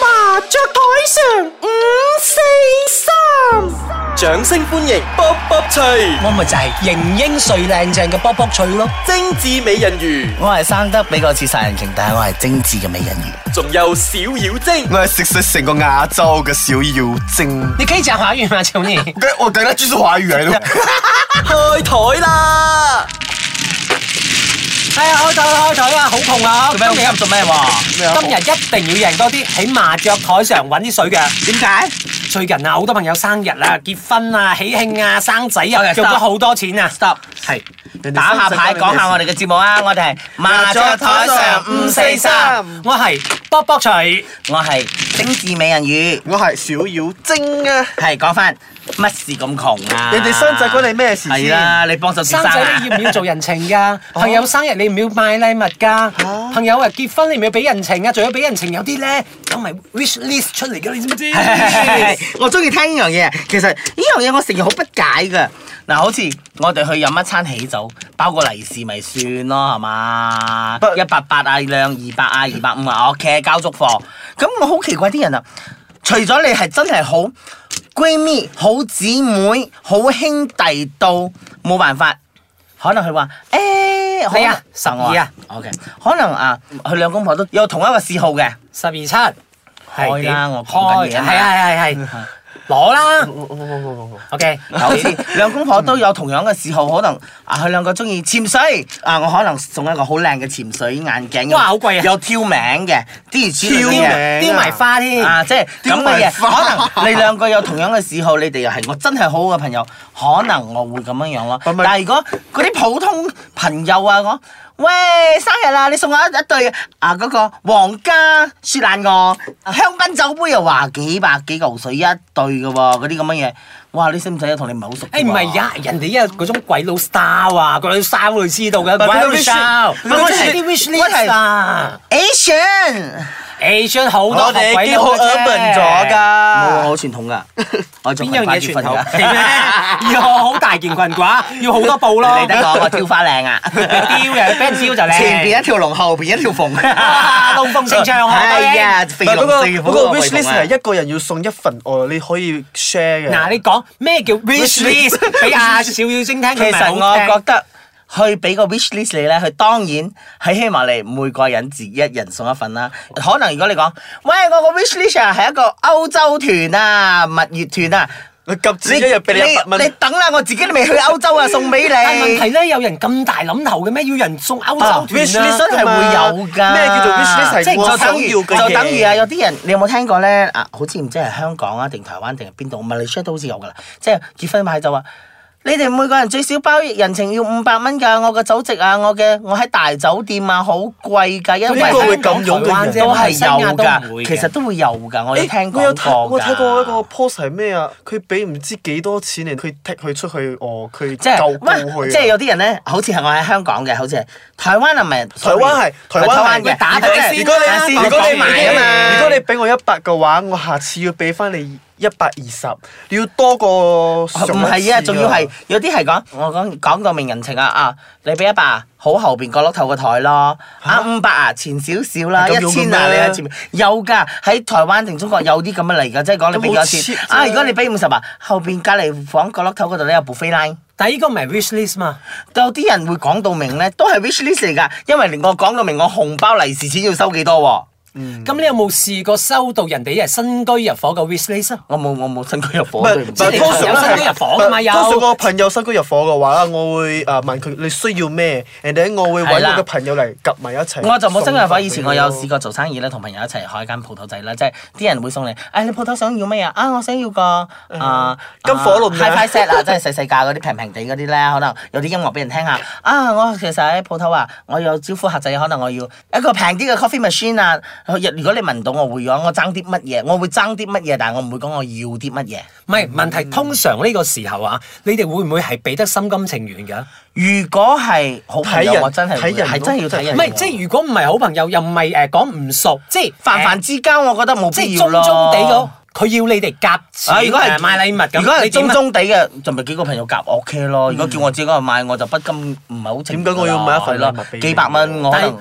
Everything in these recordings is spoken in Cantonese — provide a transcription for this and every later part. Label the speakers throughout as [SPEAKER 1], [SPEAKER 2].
[SPEAKER 1] 麻雀台上五四三，掌聲歡迎卜卜脆，
[SPEAKER 2] 我咪就係型英帥靚正嘅卜卜脆咯，
[SPEAKER 1] 精緻美人魚，
[SPEAKER 2] 我係生得比較似殺人鯨，但係我係精緻嘅美人魚。
[SPEAKER 1] 仲有小妖精。
[SPEAKER 3] 我係食食成個亞洲嘅小妖精。
[SPEAKER 2] 你可以講華語嗎？求你。
[SPEAKER 3] 我我等下繼續華語嚟咯。
[SPEAKER 1] 開台啦！
[SPEAKER 2] 哎呀，開台開台啊，好痛啊！做咩？今日做咩啊喎？今日一定要贏多啲，喺麻雀台上揾啲水嘅。點解？最近啊，好多朋友生日啊、結婚啊、喜慶啊、生仔啊，用咗好多錢啊。Stop，係 à, 打下牌，講下我哋嘅節目啊。我哋係麻雀台上五四三，我係卜卜脆，
[SPEAKER 4] 我係精緻美人魚，
[SPEAKER 3] 我係小妖精啊！
[SPEAKER 4] 係講翻乜事咁窮啊？
[SPEAKER 3] 你哋生仔關你咩事
[SPEAKER 4] 係
[SPEAKER 3] 先？
[SPEAKER 4] 啦，你幫手先
[SPEAKER 2] 生
[SPEAKER 4] 生
[SPEAKER 2] 仔
[SPEAKER 4] 啊
[SPEAKER 2] 你！要 唔要做人情㗎？朋友生日你唔要買禮物㗎？朋友啊結婚你唔要俾人情啊？仲要俾人情有啲咧有埋 wish list 出嚟㗎，你知唔知？
[SPEAKER 4] 我中意聽呢樣嘢，其實呢樣嘢我成日好不解噶。嗱，好似我哋去飲一餐喜酒，包個利是咪算咯，係嘛？一百八啊，兩二百啊，二百五啊，OK，交足貨。咁我好奇怪啲人啊，除咗你係真係好閨蜜、好姊妹、好兄弟到冇辦法，可能佢話誒。可能
[SPEAKER 2] 你啊十二啊
[SPEAKER 4] ，OK，可能啊，佢兩公婆都有同一個嗜好嘅，
[SPEAKER 2] 十二七，係
[SPEAKER 4] 啦
[SPEAKER 2] 點
[SPEAKER 4] 我講緊嘢
[SPEAKER 2] 開
[SPEAKER 4] 啊
[SPEAKER 2] 係
[SPEAKER 4] 嘛
[SPEAKER 2] 係係係，攞啦，OK，
[SPEAKER 4] 有啲兩公婆都有同樣嘅嗜好，可能啊佢兩個中意潛水啊，我可能送一個好靚嘅潛水眼鏡，
[SPEAKER 2] 哇好貴啊
[SPEAKER 4] 有挑名嘅，啲如此類
[SPEAKER 3] 挑
[SPEAKER 4] 嘅嘢
[SPEAKER 3] 名
[SPEAKER 2] 丟埋花添，
[SPEAKER 4] 哎啊，即係
[SPEAKER 3] 雕
[SPEAKER 4] 咁嘅嘢，
[SPEAKER 3] 埋花
[SPEAKER 4] 可能你兩個有同樣嘅嗜好，你哋又係我真係好好嘅朋友，可能我會咁樣樣咯。但
[SPEAKER 3] 咁咪
[SPEAKER 4] 係如果嗰啲普通朋友啊，我喂生日啦，你送我一一對啊嗰、個皇家雪蘭莪香檳酒杯又話幾百幾嚿水一對嘅喎，嗰啲咁嘅嘢，哇！你識唔識啊？同你唔係好熟。
[SPEAKER 2] 誒唔係。呀，人哋因為嗰種鬼佬 style 啊，鬼佬 style 會知道嘅，鬼
[SPEAKER 4] 係
[SPEAKER 2] 佬
[SPEAKER 4] 佢啲
[SPEAKER 2] style，
[SPEAKER 4] wish- 佢
[SPEAKER 2] 我係
[SPEAKER 4] 係
[SPEAKER 2] 啲 wish
[SPEAKER 4] 我係
[SPEAKER 2] list 啊
[SPEAKER 4] Asian，
[SPEAKER 2] ，Asian 好多
[SPEAKER 1] 我哋
[SPEAKER 2] 學鬼
[SPEAKER 1] 已經
[SPEAKER 2] 佬
[SPEAKER 1] 好
[SPEAKER 2] 嘅啫
[SPEAKER 1] urban 咗
[SPEAKER 4] 冇啊，
[SPEAKER 1] 㗎。
[SPEAKER 4] 好傳統㗎，我做
[SPEAKER 2] 邊樣嘢傳統
[SPEAKER 4] 裙 擺結婚㗎？
[SPEAKER 2] 係咩？要好大件裙褂，要好多布咯。
[SPEAKER 4] 你得講我挑花靚啊！
[SPEAKER 2] 丟嘅，俾人丟就靚。
[SPEAKER 4] 前邊一條龍，後邊一條鳳，
[SPEAKER 2] 哇龍鳳呈祥啊
[SPEAKER 4] 係啊，肥
[SPEAKER 3] 唔係嗰
[SPEAKER 4] 龍
[SPEAKER 3] 個
[SPEAKER 4] 四
[SPEAKER 3] 嗰
[SPEAKER 4] 虎
[SPEAKER 3] 個
[SPEAKER 4] 啊
[SPEAKER 3] wish
[SPEAKER 4] 肥
[SPEAKER 3] list
[SPEAKER 4] 龍啊
[SPEAKER 3] 係一個人要送一份愛，你可以 share 嘅。
[SPEAKER 2] 嗱，你講咩叫 wish list 俾阿小妖精聽？
[SPEAKER 4] 其
[SPEAKER 2] 佢咪好
[SPEAKER 4] 實
[SPEAKER 2] 聽
[SPEAKER 4] 我覺得。去俾個 wish list 你咧，佢當然係希望你每個人自己一人送一份啦。可能如果你講，喂，我個 wish list 啊係一個歐洲團啊、蜜月團啊，
[SPEAKER 3] 你夾住一日俾你一百
[SPEAKER 4] 你
[SPEAKER 3] 蚊，
[SPEAKER 4] 等啦，我自己都未去歐洲啊，送俾你。
[SPEAKER 2] 但係問題咧，有人咁大諗頭嘅咩？要人送歐
[SPEAKER 4] 啊
[SPEAKER 2] 洲團
[SPEAKER 3] wish
[SPEAKER 2] 啊
[SPEAKER 3] list？
[SPEAKER 4] 真係會有㗎。
[SPEAKER 3] 咩叫做 wish list？係
[SPEAKER 4] 即係
[SPEAKER 3] 我
[SPEAKER 4] 就
[SPEAKER 3] 想
[SPEAKER 4] 等於
[SPEAKER 3] 要嘅嘢
[SPEAKER 4] 就等於啊！有啲人你有冇聽過咧？啊，好似唔知係香港啊，定台灣定係邊度？馬來西亞都好似有㗎啦。即係結婚買就話。你哋每個人最少包人情要五百蚊㗎，我嘅酒席啊，我嘅我喺大酒店啊，好貴㗎，因為
[SPEAKER 3] 呢個會咁樣嘅
[SPEAKER 2] 台灣啫
[SPEAKER 4] 都係有
[SPEAKER 2] 馬來西亞都唔會
[SPEAKER 4] 㗎，
[SPEAKER 2] 嘅
[SPEAKER 4] 其實都會有㗎，我有
[SPEAKER 3] 誒
[SPEAKER 4] 聽
[SPEAKER 3] 我有睇
[SPEAKER 4] 講
[SPEAKER 3] 我
[SPEAKER 4] 過
[SPEAKER 3] 睇
[SPEAKER 4] 㗎。
[SPEAKER 3] 過一個 post 係咩啊？佢俾唔知幾多錢嚟，佢踢佢出去哦，佢
[SPEAKER 4] 即係
[SPEAKER 3] 救告
[SPEAKER 4] 喂
[SPEAKER 3] 佢。啊
[SPEAKER 4] 即係有啲人咧，好似係我喺香港嘅，好似係台灣係咪？台
[SPEAKER 3] 台灣係台灣係
[SPEAKER 4] 嘅，
[SPEAKER 2] 打
[SPEAKER 4] 即
[SPEAKER 2] 咗
[SPEAKER 4] 係
[SPEAKER 2] 先
[SPEAKER 3] 如果
[SPEAKER 2] 打
[SPEAKER 3] 你
[SPEAKER 2] 先
[SPEAKER 3] 如果
[SPEAKER 2] 講
[SPEAKER 3] 你
[SPEAKER 2] 埋啊
[SPEAKER 4] 嘛
[SPEAKER 3] 如果你俾我一百嘅話，我下次要俾翻你一百二十，你要多過上一次
[SPEAKER 4] 唔
[SPEAKER 3] 㗎
[SPEAKER 4] 係啊，仲要係有啲係講我講講到名人情啊啊！你俾一百啊，好後邊角落頭個台咯，啊五百啊前少少啦，
[SPEAKER 3] 咁
[SPEAKER 4] 一
[SPEAKER 3] 要嘅
[SPEAKER 4] 千
[SPEAKER 3] 咩
[SPEAKER 4] 啊你喺前面有㗎，喺台灣定中國有啲咁嘅嚟㗎，即係講你俾幾多
[SPEAKER 3] 咁
[SPEAKER 4] 錢
[SPEAKER 3] 好 cheap
[SPEAKER 4] 啊？
[SPEAKER 3] 啫
[SPEAKER 4] 如果你俾五十啊，後邊隔離房角落頭嗰度咧有 buffet line。
[SPEAKER 2] 但係呢個唔係 wish list 嘛？
[SPEAKER 4] 有啲人會講到明咧，都係 wish list 嚟㗎，因為我講到明我紅包利是錢要收幾多喎，
[SPEAKER 2] 咁你有冇試過收到人哋係新居入伙嘅 wish list 啊？
[SPEAKER 4] 我冇我冇新居入
[SPEAKER 3] 唔
[SPEAKER 4] 伙，對唔
[SPEAKER 3] 係唔
[SPEAKER 4] 住
[SPEAKER 2] 即係
[SPEAKER 3] 係
[SPEAKER 2] 你
[SPEAKER 3] 通常
[SPEAKER 2] 有新居入伙㗎嘛有
[SPEAKER 3] 通常個朋友新居入伙嘅話啦，我會誒問佢你需要咩，人哋我會揾
[SPEAKER 4] 係啦
[SPEAKER 3] 我嘅朋友嚟夾埋一齊。
[SPEAKER 4] 我就冇新加
[SPEAKER 3] 入
[SPEAKER 4] 伙，以前我有試過做生意咧，同朋友一齊開間鋪頭仔啦，即係啲人會送你，誒你鋪頭想要咩啊？啊我想要個啊
[SPEAKER 3] 金火輪啊
[SPEAKER 4] HiFi set 啊，即係細細價嗰啲平平地嗰啲咧，可能有啲音樂俾人聽下。啊我其實喺鋪頭啊，我有招呼客仔，可能我要一個平啲嘅 coffee machine 啊。如果你問到我會講，我爭啲乜嘢，我會爭啲乜嘢，但係我唔會講我要啲乜嘢。
[SPEAKER 2] 唔係問題，通常呢個時候啊，你哋會唔會係俾得心甘情願㗎？
[SPEAKER 4] 啊如果係好朋友，
[SPEAKER 3] 睇人
[SPEAKER 4] 我真係會
[SPEAKER 3] 睇人
[SPEAKER 4] 係真係要睇人
[SPEAKER 2] 唔
[SPEAKER 4] 喎。
[SPEAKER 2] 係，即係如果唔係好朋友，又唔係誒講唔熟，即係
[SPEAKER 4] 泛泛之交，我覺得冇
[SPEAKER 2] 即
[SPEAKER 4] 必
[SPEAKER 2] 係
[SPEAKER 4] 要
[SPEAKER 2] 中
[SPEAKER 4] 咯。
[SPEAKER 2] 中地咁，佢要你哋夾錢，
[SPEAKER 4] 啊！如果係
[SPEAKER 2] 誒買禮物咁，
[SPEAKER 4] 如果係
[SPEAKER 2] 你點
[SPEAKER 4] 中
[SPEAKER 2] 啊
[SPEAKER 4] 中地嘅，就咪幾個朋友夾 O K 咯。如果叫我自己一個人買，我就不禁唔係好情願
[SPEAKER 3] 點解我要買一份
[SPEAKER 4] 咯
[SPEAKER 3] 禮物俾？你
[SPEAKER 4] 幾百蚊我可
[SPEAKER 2] 但係
[SPEAKER 4] 能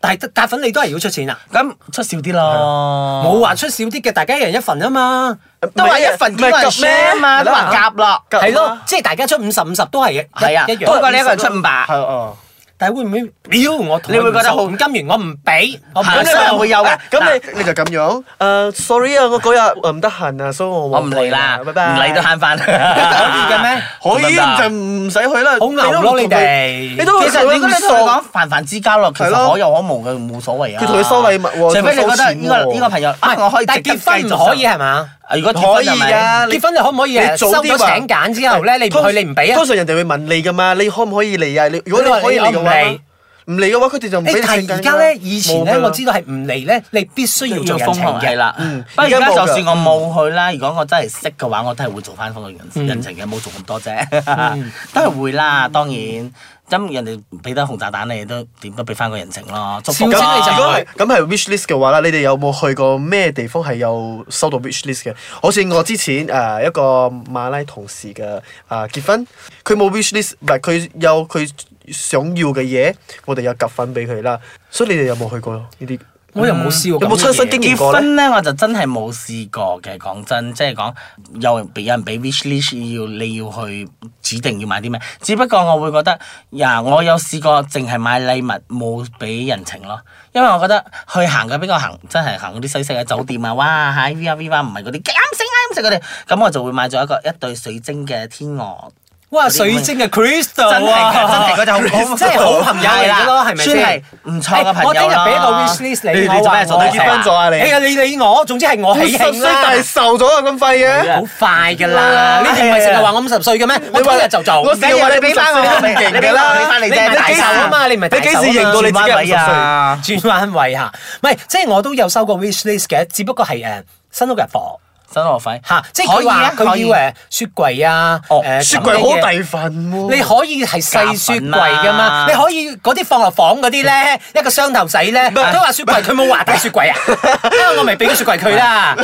[SPEAKER 2] 但係夾粉你都係要出錢啊？
[SPEAKER 4] 咁出少啲咯，
[SPEAKER 2] 冇話出少啲嘅，大家一人一份啊嘛。
[SPEAKER 4] 都話一份幾個人 share 啊嘛，
[SPEAKER 3] 唔係夾咩
[SPEAKER 4] 都話夾咯，
[SPEAKER 3] 夾
[SPEAKER 2] 係咯
[SPEAKER 3] 啊，
[SPEAKER 2] 即係大家出五十五十都係一
[SPEAKER 4] 係啊，
[SPEAKER 2] 一
[SPEAKER 4] 不
[SPEAKER 2] 樣。
[SPEAKER 4] 過你一個人出五百，
[SPEAKER 3] 係啊。
[SPEAKER 2] 但係會唔會？屌我同
[SPEAKER 4] 你會覺
[SPEAKER 2] 佢
[SPEAKER 4] 得
[SPEAKER 2] 唔熟
[SPEAKER 4] 好
[SPEAKER 2] 唔金元，我唔俾，我唔
[SPEAKER 4] 係
[SPEAKER 2] 俾
[SPEAKER 4] 啊
[SPEAKER 2] 你
[SPEAKER 4] 所以我會有嘅
[SPEAKER 3] 啊 咁你你就咁樣？誒，sorry 啊，我嗰日誒唔得閒啊，所以我
[SPEAKER 4] 我唔嚟啦，唔
[SPEAKER 3] 拜拜。
[SPEAKER 4] 嚟都慳 翻。可以
[SPEAKER 2] 以嘅咩
[SPEAKER 3] 可以就唔使去啦。
[SPEAKER 2] 啊好牛咯
[SPEAKER 3] 你
[SPEAKER 2] 你
[SPEAKER 3] 都唔同
[SPEAKER 2] 哋
[SPEAKER 4] 其
[SPEAKER 3] 佢你都
[SPEAKER 4] 實你
[SPEAKER 3] 佢
[SPEAKER 4] 覺
[SPEAKER 3] 唔
[SPEAKER 4] 得同佢講
[SPEAKER 3] 熟，
[SPEAKER 4] 泛泛之交咯，其
[SPEAKER 3] 係
[SPEAKER 4] 實
[SPEAKER 3] 咯
[SPEAKER 4] 可有可無嘅，冇所謂啊。
[SPEAKER 3] 佢同你收禮物喎
[SPEAKER 4] 除非你覺得呢
[SPEAKER 3] 佢
[SPEAKER 4] 個
[SPEAKER 3] 收錢喎
[SPEAKER 4] 呢個朋友啊，我可以
[SPEAKER 2] 但
[SPEAKER 4] 直
[SPEAKER 2] 係
[SPEAKER 4] 接
[SPEAKER 2] 結婚
[SPEAKER 4] 繼
[SPEAKER 2] 唔
[SPEAKER 4] 續
[SPEAKER 2] 可以
[SPEAKER 4] 上
[SPEAKER 2] 係嘛？
[SPEAKER 4] 啊如果結
[SPEAKER 3] 可
[SPEAKER 4] 婚
[SPEAKER 3] 以
[SPEAKER 4] 係咪？
[SPEAKER 3] 㗎。
[SPEAKER 2] 結婚你可唔可以誒
[SPEAKER 3] 你早
[SPEAKER 2] 收
[SPEAKER 3] 啲
[SPEAKER 2] 咗
[SPEAKER 3] 話
[SPEAKER 2] 請柬之後咧，你唔去你唔俾啊
[SPEAKER 3] 通？常人哋會問你噶嘛，你可唔可以嚟啊？你如果
[SPEAKER 2] 你話
[SPEAKER 3] 你可以嚟嘅
[SPEAKER 2] 我唔嚟
[SPEAKER 3] 話，唔嚟嘅話，佢哋就唔俾
[SPEAKER 2] 誒，但係
[SPEAKER 3] 你請柬
[SPEAKER 2] 而
[SPEAKER 3] 㗎
[SPEAKER 2] 家咧，以前咧，
[SPEAKER 3] 冇㗎啦
[SPEAKER 2] 我知道係唔嚟咧，你必須要做
[SPEAKER 4] 做
[SPEAKER 2] 人
[SPEAKER 4] 封
[SPEAKER 2] 情
[SPEAKER 4] 號係
[SPEAKER 2] 嘅。
[SPEAKER 4] 啦
[SPEAKER 3] 嗯，
[SPEAKER 4] 不過而
[SPEAKER 3] 而
[SPEAKER 4] 家
[SPEAKER 3] 家冇
[SPEAKER 4] 就
[SPEAKER 3] 㗎
[SPEAKER 4] 算我冇去啦，如果我真係識嘅話，我都係會做翻封號人
[SPEAKER 2] 嗯
[SPEAKER 4] 人情嘅，冇做咁多啫， 都係會啦。當然，咁人哋俾得紅炸彈你都點都俾翻個人情咯，祝福啊
[SPEAKER 2] 小
[SPEAKER 3] 咁
[SPEAKER 2] 姐你就係
[SPEAKER 4] 啦
[SPEAKER 3] 如果係咁係 wish list 嘅話啦，你哋有冇去過咩地方係有收到 wish list 嘅？好似我之前誒、呃一個馬拉同事嘅啊、呃、結婚，佢冇 wish list，唔係佢有佢想要嘅嘢，我哋有夾份俾佢啦。所以你哋有冇去過呢啲？
[SPEAKER 2] 我又冇試過
[SPEAKER 3] 有冇
[SPEAKER 2] 咁嘅
[SPEAKER 3] 親身
[SPEAKER 2] 嘢
[SPEAKER 3] 經驗
[SPEAKER 4] 結
[SPEAKER 3] 過咧？
[SPEAKER 4] 婚咧，我就真係冇試過嘅。講真，即係講有人俾有人俾 wish list 要你要去指定要買啲咩，只不過我會覺得呀，我有試過淨係買禮物冇俾人情咯，因為我覺得去行嘅比較行真係行嗰啲西式嘅酒店啊，哇喺 V R V R 唔係嗰啲啱食啱食嗰啲，咁我就會買咗一個一對水晶嘅天鵝。
[SPEAKER 2] 哇！水晶嘅 crystal
[SPEAKER 4] 真係
[SPEAKER 2] 啊
[SPEAKER 4] 㗎真係嗰隻好
[SPEAKER 2] 真係好朋友嚟嘅咯，係咪
[SPEAKER 4] 算係
[SPEAKER 2] 先？
[SPEAKER 4] 唔錯嘅朋友啦
[SPEAKER 2] 我聽日俾一個 wish list 你，
[SPEAKER 4] 你你做咩
[SPEAKER 2] 我話
[SPEAKER 4] 做咩
[SPEAKER 2] 我
[SPEAKER 4] 結婚
[SPEAKER 3] 咗啊你
[SPEAKER 2] 哎呀你你我，總之係我
[SPEAKER 3] 五
[SPEAKER 2] 喜
[SPEAKER 3] 十歲
[SPEAKER 2] 慶
[SPEAKER 3] 但係
[SPEAKER 2] 啦。
[SPEAKER 3] 瘦咗啊，咁快嘅！
[SPEAKER 2] 好快㗎啦！你哋唔係成日話我五十歲嘅咩？我今日就做。
[SPEAKER 3] 我成日話你俾翻我，
[SPEAKER 4] 你俾
[SPEAKER 3] 你俾
[SPEAKER 4] 你俾
[SPEAKER 3] 啦，
[SPEAKER 4] 返你
[SPEAKER 2] 啫
[SPEAKER 3] 你幾時
[SPEAKER 2] 大手啊嘛你唔係大手啊嘛
[SPEAKER 4] ờ,
[SPEAKER 3] 你幾時認到你自
[SPEAKER 4] 轉
[SPEAKER 3] 己五
[SPEAKER 4] 彎位
[SPEAKER 3] 十歲？
[SPEAKER 4] 啊！
[SPEAKER 2] 轉彎位嚇，唔係即係我都有收過 wish list 嘅，只不過係誒新屋入伙
[SPEAKER 4] 生活費
[SPEAKER 2] 嚇，即係佢話佢要誒雪櫃啊，
[SPEAKER 4] 哦
[SPEAKER 2] 誒
[SPEAKER 3] 雪
[SPEAKER 2] 咁嘅
[SPEAKER 3] 櫃好
[SPEAKER 2] 嘢
[SPEAKER 3] 大份喎，
[SPEAKER 2] 你可以係細雪櫃噶嘛
[SPEAKER 4] 夾粉啊？
[SPEAKER 2] 你可以嗰啲放落房嗰啲咧，一個雙頭仔咧，都話雪櫃，佢冇話大雪櫃啊！啊，我咪俾個雪櫃佢啦，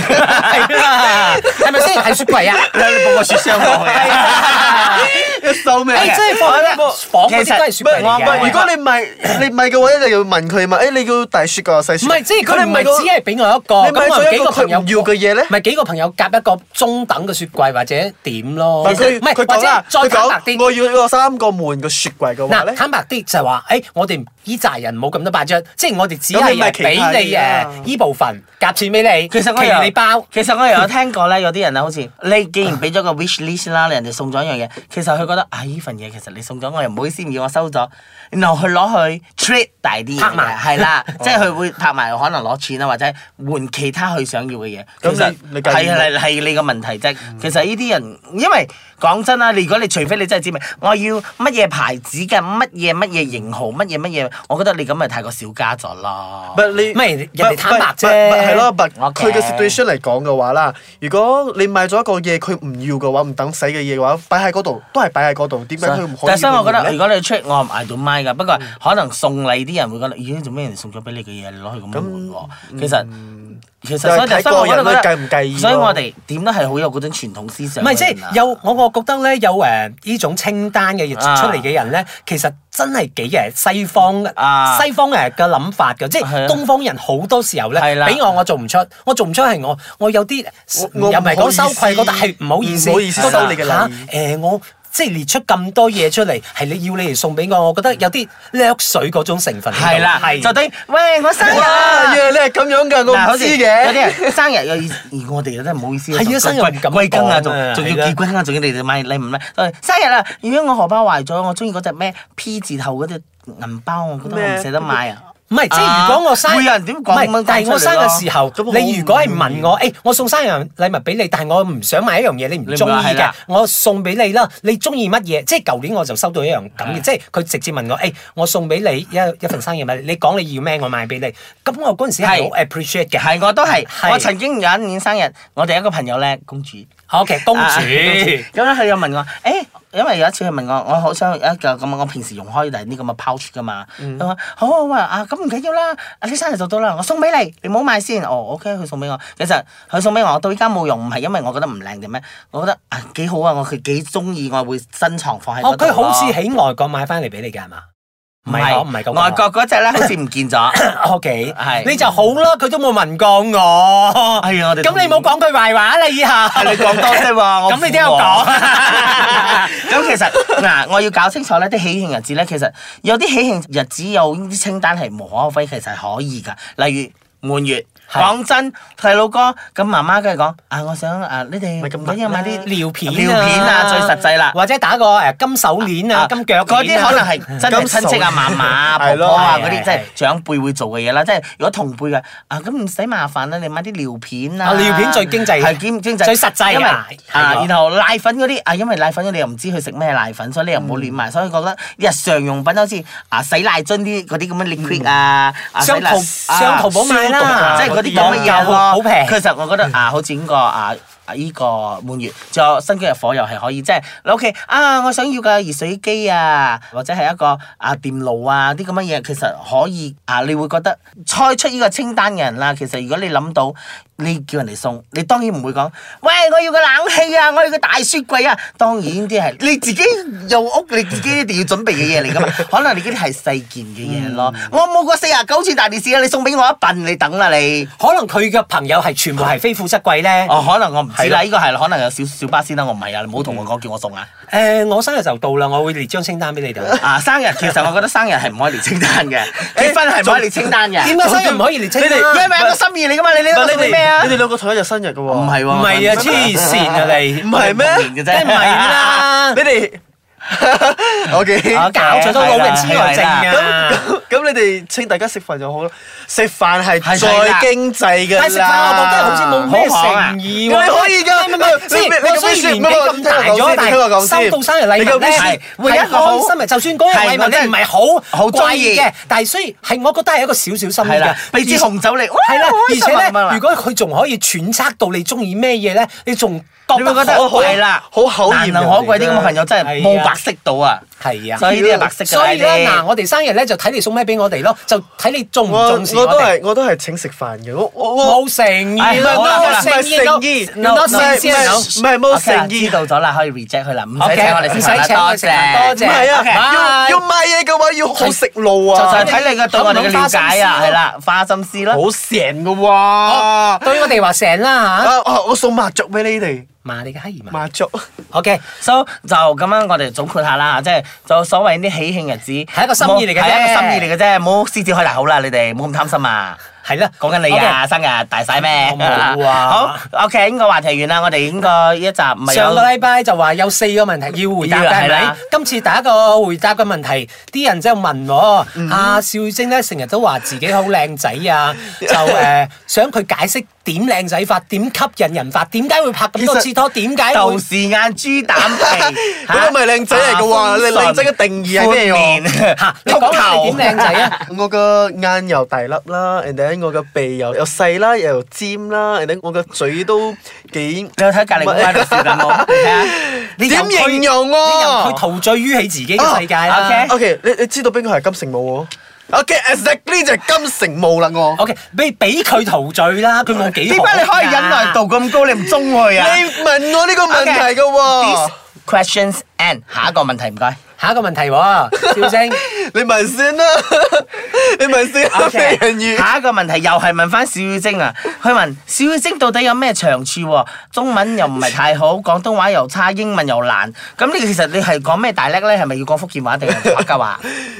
[SPEAKER 2] 係啦，係咪先係雪櫃啊？
[SPEAKER 4] 你報個雪箱我
[SPEAKER 2] 係啊
[SPEAKER 3] 一收咩
[SPEAKER 2] 你
[SPEAKER 3] 嘅？
[SPEAKER 2] 真係放喺個房嗰啲都係雪櫃嚟
[SPEAKER 3] 唔係，
[SPEAKER 2] 嘅
[SPEAKER 3] 如。果你唔係你唔係嘅話，你就要問佢嘛。誒，你要大雪個細雪？
[SPEAKER 2] 唔係，即係佢唔係
[SPEAKER 3] 個
[SPEAKER 2] 只係俾我一個，
[SPEAKER 3] 你買
[SPEAKER 2] 咁我
[SPEAKER 3] 咗
[SPEAKER 2] 幾
[SPEAKER 3] 一個
[SPEAKER 2] 個
[SPEAKER 3] 佢
[SPEAKER 2] 朋
[SPEAKER 3] 唔
[SPEAKER 2] 友
[SPEAKER 3] 要嘅嘢咧
[SPEAKER 2] 唔？係幾個朋友夾一個中等嘅雪櫃或者點咯？
[SPEAKER 3] 但佢
[SPEAKER 2] 唔係
[SPEAKER 3] 佢
[SPEAKER 2] 或
[SPEAKER 3] 講
[SPEAKER 2] 者
[SPEAKER 3] 啦，
[SPEAKER 2] 再
[SPEAKER 3] 佢
[SPEAKER 2] 坦白啲
[SPEAKER 3] 講。我要一個三個門嘅雪櫃嘅話
[SPEAKER 2] 嗱，
[SPEAKER 3] 咧，
[SPEAKER 2] 坦白啲就係話，誒，我哋依扎人冇咁多八張，即係我哋只係
[SPEAKER 3] 咁你咪
[SPEAKER 2] 誒俾你
[SPEAKER 3] 其他嘢啊
[SPEAKER 2] 誒依部分夾錢俾你，
[SPEAKER 4] 其實我
[SPEAKER 2] 其
[SPEAKER 4] 又
[SPEAKER 2] 餘你包。
[SPEAKER 4] 其實我又有聽過咧，有啲人啊，好似你既然俾咗個 wish list 啦，人哋送咗一樣嘢，其實佢覺得啊呢份嘢其實你送咗我又唔好意思唔要，我收咗，然後佢攞去 trade 大啲嘢嘅，
[SPEAKER 2] 拍埋
[SPEAKER 4] 係 啦，即係佢會拍埋可能攞錢啊，或者換其他佢想要嘅嘢。
[SPEAKER 3] 咁你
[SPEAKER 4] 其實
[SPEAKER 3] 你介意
[SPEAKER 4] 係
[SPEAKER 2] 啊
[SPEAKER 3] 嗎
[SPEAKER 4] 係係你個問題啫。其實呢啲人，因為講真啦，你如果你除非你真係知明，我要乜嘢牌子嘅乜嘢乜嘢型號乜嘢乜嘢，我覺得你咁咪太過小家咗咯
[SPEAKER 3] 唔。係你
[SPEAKER 2] 唔係人哋
[SPEAKER 3] but-
[SPEAKER 2] 坦白
[SPEAKER 3] but-
[SPEAKER 2] 啫
[SPEAKER 3] but- but- 係咯，but
[SPEAKER 4] Okay
[SPEAKER 3] 佢嘅 situation 嚟講嘅話啦，如果你買咗一個嘢，佢唔要嘅話，唔等使嘅嘢嘅話，擺喺嗰度都係擺喺嗰度，點解佢唔可以換呢？
[SPEAKER 4] 但係所以我覺得，如果你 check 我唔 I don't mind 噶，不過可能送禮啲人會覺得，咦做咩人送咗俾你嘅嘢，你攞去咁樣換喎？其實
[SPEAKER 2] 嗯
[SPEAKER 4] 其實
[SPEAKER 3] 就係
[SPEAKER 4] 所以
[SPEAKER 3] 睇
[SPEAKER 4] 所以我
[SPEAKER 3] 個
[SPEAKER 4] 覺
[SPEAKER 3] 人
[SPEAKER 4] 得
[SPEAKER 3] 咧介唔介意咯
[SPEAKER 4] 所以我哋點都係好有嗰種傳統思
[SPEAKER 2] 啊唔
[SPEAKER 4] 想嘅人啊。
[SPEAKER 2] 係即係有我，我覺得咧有誒呢種清單嘅
[SPEAKER 4] 啊
[SPEAKER 2] 出嚟嘅人咧，其實真係幾誒西方
[SPEAKER 4] 啊
[SPEAKER 2] 西方誒嘅諗法嘅，即
[SPEAKER 4] 係
[SPEAKER 2] 係
[SPEAKER 4] 啊
[SPEAKER 2] 東方人好多時候咧，
[SPEAKER 4] 係啦
[SPEAKER 2] 俾我我做唔出，我做唔出係我我有啲
[SPEAKER 3] 我
[SPEAKER 2] 又唔係講羞愧，覺
[SPEAKER 3] 我唔
[SPEAKER 2] 得
[SPEAKER 3] 好
[SPEAKER 2] 係
[SPEAKER 3] 意思嗯
[SPEAKER 2] 唔好意思，
[SPEAKER 3] 唔好意思
[SPEAKER 2] 覺得
[SPEAKER 3] 收你嘅禮
[SPEAKER 2] 嚇誒我。即係列出咁多嘢出嚟，係你要你嚟送俾我，我覺得有啲掠水嗰種成分喺度。
[SPEAKER 4] 係啦，就
[SPEAKER 2] 係
[SPEAKER 4] 等於喂我生日啊
[SPEAKER 3] 哇，原來你係咁樣㗎，
[SPEAKER 4] 嗱，
[SPEAKER 3] 我唔
[SPEAKER 4] 好
[SPEAKER 3] 知
[SPEAKER 4] 似有啲
[SPEAKER 3] 嘅。
[SPEAKER 4] 人生日又而我哋真係唔好意思，
[SPEAKER 2] 係啊生日唔敢
[SPEAKER 4] 貴庚啊，
[SPEAKER 2] 講啊
[SPEAKER 4] 仲仲要
[SPEAKER 2] 係啦
[SPEAKER 4] 結婚啊，仲要你哋買禮物咩？喂生日啦，如果我荷包壞咗，我中意嗰隻咩 P 字頭嗰隻銀包，我覺得我唔
[SPEAKER 3] 咩
[SPEAKER 4] 捨得買啊。
[SPEAKER 2] 唔係，即係如果我生，
[SPEAKER 4] 啊會有人點講咁樣
[SPEAKER 2] 唔係但係我生嘅時候
[SPEAKER 3] 咁，好
[SPEAKER 2] 你如果係問我，誒，我送生日禮物俾你，但係我唔想買一樣嘢，你唔
[SPEAKER 4] 你唔
[SPEAKER 2] 中意
[SPEAKER 4] 係
[SPEAKER 2] 嘅
[SPEAKER 4] 啦，
[SPEAKER 2] 我送俾你啦。你中意乜嘢？即係舊年我就收到一樣咁嘅，即係佢直接問我，誒，我送俾你一一份生日禮物，你講你要咩，我買俾你。咁我嗰陣時係好 appreciate 嘅。
[SPEAKER 4] 係，我都係。
[SPEAKER 2] 係
[SPEAKER 4] 我曾經有一年生日，我哋一個朋友咧，公主。
[SPEAKER 2] OK，公主
[SPEAKER 4] 啊 咁咧，佢又問我，誒、因為有一次佢問我，我好想有一個咁，我平時用開就係啲咁嘅 pouch 噶嘛。
[SPEAKER 2] 嗯
[SPEAKER 4] 佢話、好好啊，啊咁唔緊要啦，啊你生日就到啦，我送俾你，你唔好買先。哦，OK，佢送俾我。其實佢送俾我，到依家冇用，唔係因為我覺得唔靚定咩，我覺得啊幾好啊，我佢幾中意，我會珍藏放喺
[SPEAKER 2] 哦
[SPEAKER 4] 嗰，度
[SPEAKER 2] 佢好
[SPEAKER 4] 咯
[SPEAKER 2] 似喺外國買翻嚟俾你嘅係嘛？唔係講唔係講
[SPEAKER 4] 外國嗰只咧，好似唔見咗。
[SPEAKER 2] OK，
[SPEAKER 4] 係。
[SPEAKER 2] 你就好啦，佢都冇問過我。
[SPEAKER 4] 哎呀，我哋
[SPEAKER 2] 咁
[SPEAKER 4] 同意。
[SPEAKER 2] 你冇講佢壞話啦，以後。
[SPEAKER 4] 係 你講多啫喎，我
[SPEAKER 2] 咁你都有
[SPEAKER 4] 負
[SPEAKER 2] 講
[SPEAKER 4] 喎。 咁其實嗱，我要搞清楚咧，啲喜慶日子咧，其實有啲喜慶日子有啲清單係無可厚非，其實係可以噶。例如滿月，
[SPEAKER 2] 係
[SPEAKER 4] 講真，細佬哥咁媽媽梗係講啊，我想啊，你哋
[SPEAKER 3] 咪咁
[SPEAKER 4] 唔要買啲
[SPEAKER 2] 尿片啊。
[SPEAKER 4] 尿片啊，最實際啦。
[SPEAKER 2] 或者打個，誒，金手鏈啊，
[SPEAKER 4] 啊
[SPEAKER 2] 金腳鏈啊。
[SPEAKER 4] 嗰啲可能 係真係親戚啊、嫲嫲啊、
[SPEAKER 3] 係
[SPEAKER 4] 婆
[SPEAKER 3] 咯
[SPEAKER 4] 婆啊
[SPEAKER 2] 係
[SPEAKER 4] 嗰啲，
[SPEAKER 2] 係
[SPEAKER 4] 即係長輩會做嘅嘢啦。即係如果同輩嘅啊，咁唔使麻煩啦，你買啲尿片啊。
[SPEAKER 2] 啊尿片最經濟
[SPEAKER 4] 係經經濟
[SPEAKER 2] 最實際啊
[SPEAKER 4] 因為啊，
[SPEAKER 2] 係咯
[SPEAKER 4] 然後奶粉嗰啲啊，因為奶粉你又唔知佢食咩奶粉，所以你又唔好亂
[SPEAKER 2] 嗯
[SPEAKER 4] 買。所以覺得日常用品好似啊洗奶樽啲嗰啲咁嘅 liquid 啊，啊洗
[SPEAKER 2] 上
[SPEAKER 4] 奶
[SPEAKER 2] 淘
[SPEAKER 4] 啊
[SPEAKER 2] 上淘寶買啦
[SPEAKER 4] 即係嗰啲咁嘅嘢咯，
[SPEAKER 2] 好平
[SPEAKER 4] 其實我覺得啊，好似呢個啊。啊！依個滿月，仲有新居入伙又係可以，即係你屋企啊，我想要個熱水機啊，或者係一個啊電爐啊啲咁嘅嘢，其實可以啊，你會覺得猜出呢個清單嘅人啦，其實如果你諗到你叫人哋送，你當然唔會講，喂，我要個冷氣啊，我要個大雪櫃啊，當然啲係你自己有屋，你自己一定要準備嘅嘢嚟噶嘛，可能你嗰啲係細件嘅嘢咯，我冇個四廿九寸大電視啊，你送俾我一笨，你等啦你。
[SPEAKER 2] 可能佢嘅朋友係全部係非富則貴呢。
[SPEAKER 4] 哦，可能我唔知
[SPEAKER 2] 係咯
[SPEAKER 4] 啦，呢個係可能有小小巴先啦，我唔係啊，你唔好同我講叫我送啊。
[SPEAKER 2] 誒，我生日就到啦，我會列張清單俾你哋。
[SPEAKER 4] 啊，生日其實我覺得生日係唔可以列清單嘅，結婚係唔可以列清單嘅，因
[SPEAKER 2] 點解生日唔可以列清單？
[SPEAKER 4] 為一個心意嚟噶嘛，你呢個
[SPEAKER 3] 但
[SPEAKER 4] 送
[SPEAKER 3] 你
[SPEAKER 4] 啲咩啊
[SPEAKER 3] 哋？你哋兩個同一日生日嘅喎，
[SPEAKER 4] 唔
[SPEAKER 3] 唔
[SPEAKER 4] 係喎，
[SPEAKER 2] 唔係啊，黐線啊，你。
[SPEAKER 3] 唔係咩？
[SPEAKER 4] 同年嘅啫
[SPEAKER 2] 梗係唔係啦
[SPEAKER 3] 你哋 OK。
[SPEAKER 4] 啊
[SPEAKER 2] 搞錯咗老人痴呆症啊。
[SPEAKER 3] 咁咁你哋請大家食飯就好啦，食飯係
[SPEAKER 4] 係
[SPEAKER 3] 最經濟嘅啦。
[SPEAKER 2] 但係食飯我覺得好似冇咩誠意喎。
[SPEAKER 3] 你可以
[SPEAKER 2] 唔
[SPEAKER 3] 㗎，
[SPEAKER 2] 係，唔係，雖然年紀咁大咗，但係收到生日禮物咧，會一開心嘅，就算嗰樣禮物咧唔係好貴嘅，但係雖然係我覺得係一個少少心意㗎。
[SPEAKER 4] 係啦，俾支紅酒你，哇
[SPEAKER 2] 係啦，
[SPEAKER 4] 開
[SPEAKER 2] 而
[SPEAKER 4] 心啊
[SPEAKER 2] 且咧，
[SPEAKER 4] 咁樣啦
[SPEAKER 2] 如果佢仲可以揣測到你鍾意咩嘢咧，你仲覺得
[SPEAKER 4] 你會覺得
[SPEAKER 2] 可貴。
[SPEAKER 4] 係啦，
[SPEAKER 3] 好口
[SPEAKER 4] 難
[SPEAKER 3] 驗
[SPEAKER 4] 能可貴啲咁嘅朋友真係
[SPEAKER 2] 係啊
[SPEAKER 4] 冇白色到啊！
[SPEAKER 2] 係啊。
[SPEAKER 4] 所以呢啲係白色㗎啦，
[SPEAKER 2] 所以咧，
[SPEAKER 4] 呢啲
[SPEAKER 2] 嗱，我哋生日咧就睇你送咩俾我哋咯，就睇你重唔
[SPEAKER 3] 我
[SPEAKER 2] 重視
[SPEAKER 3] 我都
[SPEAKER 2] 哋。
[SPEAKER 3] 係我都係請食飯嘅，我我我
[SPEAKER 2] 冇誠意啦，
[SPEAKER 4] 哎好啦好啦
[SPEAKER 2] 冇
[SPEAKER 3] 唔係
[SPEAKER 2] 誠意
[SPEAKER 3] 誠意
[SPEAKER 2] ，no
[SPEAKER 4] no，
[SPEAKER 2] not
[SPEAKER 3] 唔係
[SPEAKER 2] sincere，
[SPEAKER 3] 唔係冇
[SPEAKER 4] OK 啦
[SPEAKER 3] 誠意
[SPEAKER 4] 知。道咗啦，可以 reject 佢啦，唔
[SPEAKER 2] OK，
[SPEAKER 4] 使請我哋食
[SPEAKER 2] 唔
[SPEAKER 4] 飯
[SPEAKER 2] 使請
[SPEAKER 4] 啦，
[SPEAKER 2] 我哋食飯多
[SPEAKER 4] 多
[SPEAKER 2] 謝
[SPEAKER 4] 謝。
[SPEAKER 3] 唔係
[SPEAKER 2] OK，
[SPEAKER 3] 啊，
[SPEAKER 2] bye
[SPEAKER 3] 要要買嘢嘅話要好食路
[SPEAKER 4] 就
[SPEAKER 3] 啊
[SPEAKER 4] 係，睇你嘅對我哋嘅了解啊，係啦，花心思啦
[SPEAKER 3] 好。成嘅喎。
[SPEAKER 2] 對我哋話成啦嚇，
[SPEAKER 3] 啊啊！我送麻雀俾你哋，
[SPEAKER 2] 麻你嘅閪兒麻。
[SPEAKER 3] 麻雀
[SPEAKER 2] OK，
[SPEAKER 4] So 就咁樣，我哋總括下啦，即係就所謂啲喜慶日子係
[SPEAKER 2] 一個心意嚟嘅啫
[SPEAKER 4] 係一個心意嚟嘅啫，唔好獅子開大口啦，你哋唔好咁貪心啊！
[SPEAKER 2] 係啦，
[SPEAKER 4] 講緊你啊，生日大晒咩？
[SPEAKER 2] 我 冇啊
[SPEAKER 4] 好，OK，呢個話題完啦，我哋應該一集唔係有
[SPEAKER 2] 上個禮拜就話有四個問題要回答
[SPEAKER 4] 要啦
[SPEAKER 2] 嘅係咪
[SPEAKER 4] 係啦？
[SPEAKER 2] 今次第一個回答嘅問題，啲人就問我，阿邵晶咧成日都話自己好靚仔啊，就誒想佢解釋點靚仔法，點吸引人法，點解會拍咁多次拖，點解會
[SPEAKER 4] 豆？豉眼豬膽皮，
[SPEAKER 3] 嗰個咪靚仔嚟嘅喎
[SPEAKER 4] 啊
[SPEAKER 3] 你靚仔嘅定義係咩喎
[SPEAKER 4] 寬面
[SPEAKER 2] 嚇，你講下你點靚仔 啊？
[SPEAKER 3] 我個眼又大粒啦，and then 我個鼻又又細啦，又尖啦，and then 我個嘴都幾
[SPEAKER 4] 你有睇隔離嗰班笑緊我，你睇下你
[SPEAKER 3] 點
[SPEAKER 4] 由佢
[SPEAKER 3] 形容啊
[SPEAKER 2] 你入去陶醉於喺自己嘅世界啦。
[SPEAKER 4] 啊，OK
[SPEAKER 3] ？OK，你你知道邊個係金城武喎？OK，exactly 就係金城武啦，我。
[SPEAKER 2] OK，俾俾佢陶醉啦，佢冇幾
[SPEAKER 4] 點解你可以忍耐度咁高，你唔中佢
[SPEAKER 3] 你
[SPEAKER 4] 啊？
[SPEAKER 3] 問我呢個問題嘅
[SPEAKER 4] These
[SPEAKER 3] 喎，
[SPEAKER 4] questions and 下一個問題唔該。
[SPEAKER 2] 下一個問題喎，小星。
[SPEAKER 3] 你問先啦，你問先啦，美人魚。
[SPEAKER 4] 下一個問題又係問翻小妖精啊，佢問小妖精到底有咩長處喎？中文又唔係太好，廣東話又差，英文又難。咁你其實你係講咩大叻咧？係咪要講福建話定係客家話？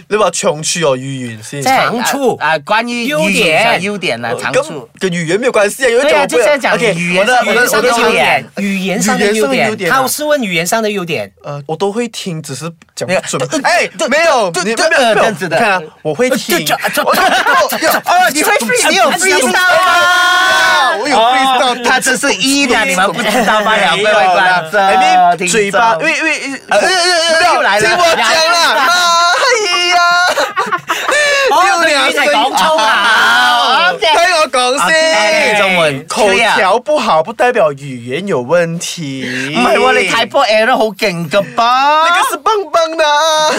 [SPEAKER 3] 你話長處哦，語言先。
[SPEAKER 2] 長
[SPEAKER 4] à,
[SPEAKER 2] 處
[SPEAKER 4] 啊，啊關於
[SPEAKER 2] 優
[SPEAKER 4] 優
[SPEAKER 2] 點
[SPEAKER 4] 點優點啊，長
[SPEAKER 3] 咁
[SPEAKER 4] 處。
[SPEAKER 3] 跟語言沒有關係啊，因為
[SPEAKER 4] 對啊就
[SPEAKER 3] 不
[SPEAKER 4] 是要
[SPEAKER 3] 了。
[SPEAKER 4] 講
[SPEAKER 3] OK，
[SPEAKER 4] 語
[SPEAKER 3] 我
[SPEAKER 4] 言
[SPEAKER 3] 的
[SPEAKER 4] 上
[SPEAKER 3] 我
[SPEAKER 4] 的
[SPEAKER 3] 的
[SPEAKER 4] 優
[SPEAKER 3] 我的長
[SPEAKER 4] 點
[SPEAKER 2] 語言上的優
[SPEAKER 3] 語言上的
[SPEAKER 2] 點
[SPEAKER 3] 優，點啊
[SPEAKER 2] 他有是問語言上的優點。
[SPEAKER 3] 呃，我都會聽，只是講
[SPEAKER 4] 沒有
[SPEAKER 3] 不準。
[SPEAKER 4] 對
[SPEAKER 3] 哎，
[SPEAKER 4] 對
[SPEAKER 3] 沒有，
[SPEAKER 4] 對
[SPEAKER 3] 你
[SPEAKER 4] 對
[SPEAKER 3] 沒有
[SPEAKER 4] 呃
[SPEAKER 3] 沒有
[SPEAKER 4] 這樣子的
[SPEAKER 3] 看啊，我會
[SPEAKER 2] 就
[SPEAKER 3] 聽。
[SPEAKER 2] 就就
[SPEAKER 3] 我哦
[SPEAKER 4] 哦，你會 free，你有 freestyle
[SPEAKER 3] 啊
[SPEAKER 4] 啊！
[SPEAKER 3] 我有 freestyle，
[SPEAKER 4] 他真是一的，你們哎不知道嗎？兩位觀眾，
[SPEAKER 3] 哎，你
[SPEAKER 4] 聽眾
[SPEAKER 3] 嘴巴，喂喂，呃
[SPEAKER 4] 呃呃
[SPEAKER 3] 不要
[SPEAKER 4] 又來了
[SPEAKER 3] 聽我講啦，哎呀，
[SPEAKER 2] 哦，佢語言係講粗口。
[SPEAKER 3] 啊聽我講良
[SPEAKER 4] 啊，
[SPEAKER 3] 心。
[SPEAKER 4] 中文
[SPEAKER 3] 口
[SPEAKER 4] clear
[SPEAKER 3] 條不好不代表語言有問題。啊
[SPEAKER 4] 唔係喎，你睇波 L 好勁噶
[SPEAKER 3] 那個
[SPEAKER 4] 噃。
[SPEAKER 3] 是棒棒的。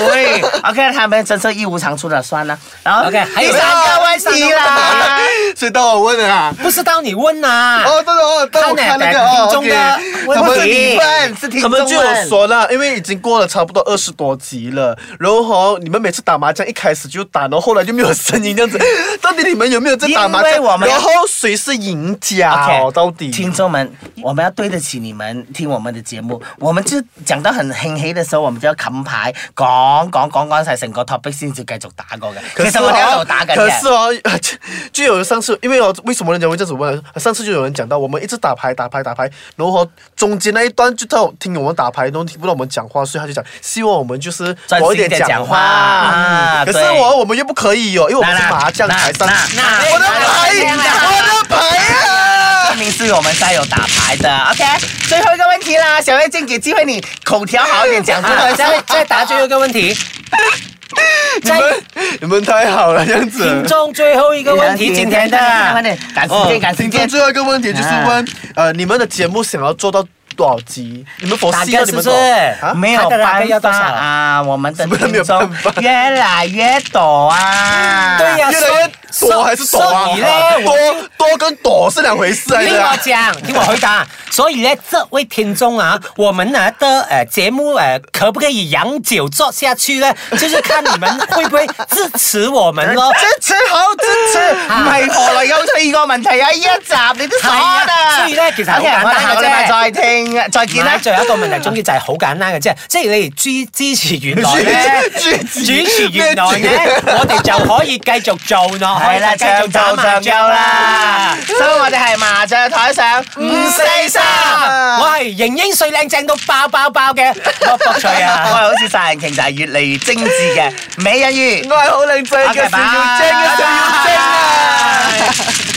[SPEAKER 4] 对，OK，他们真是一無長處的算了。然后
[SPEAKER 2] OK，還
[SPEAKER 4] 第
[SPEAKER 2] 有
[SPEAKER 4] 三個問題啦，
[SPEAKER 3] 所以到我問了啊。
[SPEAKER 2] 不是到你問啊。
[SPEAKER 3] 哦，对哦，到我看那个哦，
[SPEAKER 2] 看哪台聽
[SPEAKER 3] ，OK
[SPEAKER 2] 眾的
[SPEAKER 3] 他
[SPEAKER 2] 問
[SPEAKER 3] 们
[SPEAKER 2] 題
[SPEAKER 3] 是他们就有说了，因为已经过了差不多二十多集了，然后吼你们每次打麻将一开始就打，然后后来就没有声音这样子，到底你们有没有在打麻
[SPEAKER 4] 因
[SPEAKER 3] 将？
[SPEAKER 4] 為我們
[SPEAKER 3] 然后谁是赢家哦？到底？
[SPEAKER 4] 听众们，我们要对得起你们听我们的节目。我们就讲得很興起嘅時候，我們就要冚牌，講講講講晒成個 topic 先至繼續打過嘅。其
[SPEAKER 3] 可是
[SPEAKER 4] 實我哋一路
[SPEAKER 3] 哦
[SPEAKER 4] 打緊，
[SPEAKER 3] 可
[SPEAKER 4] 嘅
[SPEAKER 3] 是。哦，就有上次，因为哦，为什么人家会这样子问？上次就有人讲到，我们一直打牌、打牌、打牌，然后哦中间那一段就他听我们打牌，然后听不到我们讲话，所以他就讲希望我们就是
[SPEAKER 4] 专
[SPEAKER 3] 多一
[SPEAKER 4] 心
[SPEAKER 3] 点
[SPEAKER 4] 地讲
[SPEAKER 3] 话。
[SPEAKER 4] 话啊
[SPEAKER 3] 嗯可是
[SPEAKER 4] 对
[SPEAKER 3] 我我们又不可以哦，因为我们是
[SPEAKER 4] 那那
[SPEAKER 3] 麻将台上
[SPEAKER 4] 那那
[SPEAKER 3] 我的
[SPEAKER 4] 那
[SPEAKER 3] 牌，
[SPEAKER 4] 那
[SPEAKER 3] 我的牌啊！
[SPEAKER 4] 证明是我们三有打牌的。OK，最后一个问题啦，小月静给机会你口条好一点，讲出
[SPEAKER 2] 啊
[SPEAKER 4] 来。
[SPEAKER 2] 再再答最后一个问题，
[SPEAKER 3] 你们你们太好了，这样子
[SPEAKER 2] 听。众最后一个问题，今天的
[SPEAKER 4] 快点，
[SPEAKER 2] 哦
[SPEAKER 4] 赶时间，赶时
[SPEAKER 3] 听
[SPEAKER 4] 间
[SPEAKER 3] 众。最后一个问题就是问，呃，你们的节目想要做到多少集？你们佛
[SPEAKER 2] 大
[SPEAKER 3] 系
[SPEAKER 2] 家
[SPEAKER 3] 到
[SPEAKER 2] 是
[SPEAKER 3] 你
[SPEAKER 2] 不
[SPEAKER 3] 们
[SPEAKER 2] 是
[SPEAKER 3] 多少啊？
[SPEAKER 4] 没有办法啊，我们的听众越来越多啊。
[SPEAKER 2] 对呀、
[SPEAKER 3] 越来越躲还是躲啊？
[SPEAKER 2] 所 以呢，我
[SPEAKER 3] 多多跟躲是两回事来
[SPEAKER 2] 听
[SPEAKER 3] 的
[SPEAKER 2] 我
[SPEAKER 3] 啊。
[SPEAKER 2] 讲，听我回答。所以呢，这位听众啊，我们呢的呃节目呃可不可以永久做下去呢？就是看你们会不会支持我们 咯。
[SPEAKER 4] 支持好支持，唔係何來有第二個問題啊？呢一集你都傻啊！我哋下個禮拜再聽，再見啦
[SPEAKER 2] 而。最後一個問題，總之就係好簡單嘅 啫，即係你哋支支持原來咧，
[SPEAKER 3] 支
[SPEAKER 2] 主
[SPEAKER 3] 支
[SPEAKER 2] 持原來
[SPEAKER 3] 咩
[SPEAKER 2] 咧，我哋就可以繼續做落去
[SPEAKER 4] 係啦，
[SPEAKER 2] 繼
[SPEAKER 4] 上
[SPEAKER 2] 續打
[SPEAKER 4] 就
[SPEAKER 2] 麻
[SPEAKER 4] 上
[SPEAKER 2] 將
[SPEAKER 4] 有啦。，所以我哋係麻雀台上五四三。
[SPEAKER 2] 我係型英帥靚正到爆爆爆嘅卜卜脆
[SPEAKER 4] 我係
[SPEAKER 2] 啊！
[SPEAKER 4] 好似殺人鯨，就係越嚟越精緻嘅美人魚。
[SPEAKER 3] 我系好靓仔嘅，
[SPEAKER 4] OK，
[SPEAKER 3] 邵耀晶嘅邵耀晶啊！
[SPEAKER 4] 拜拜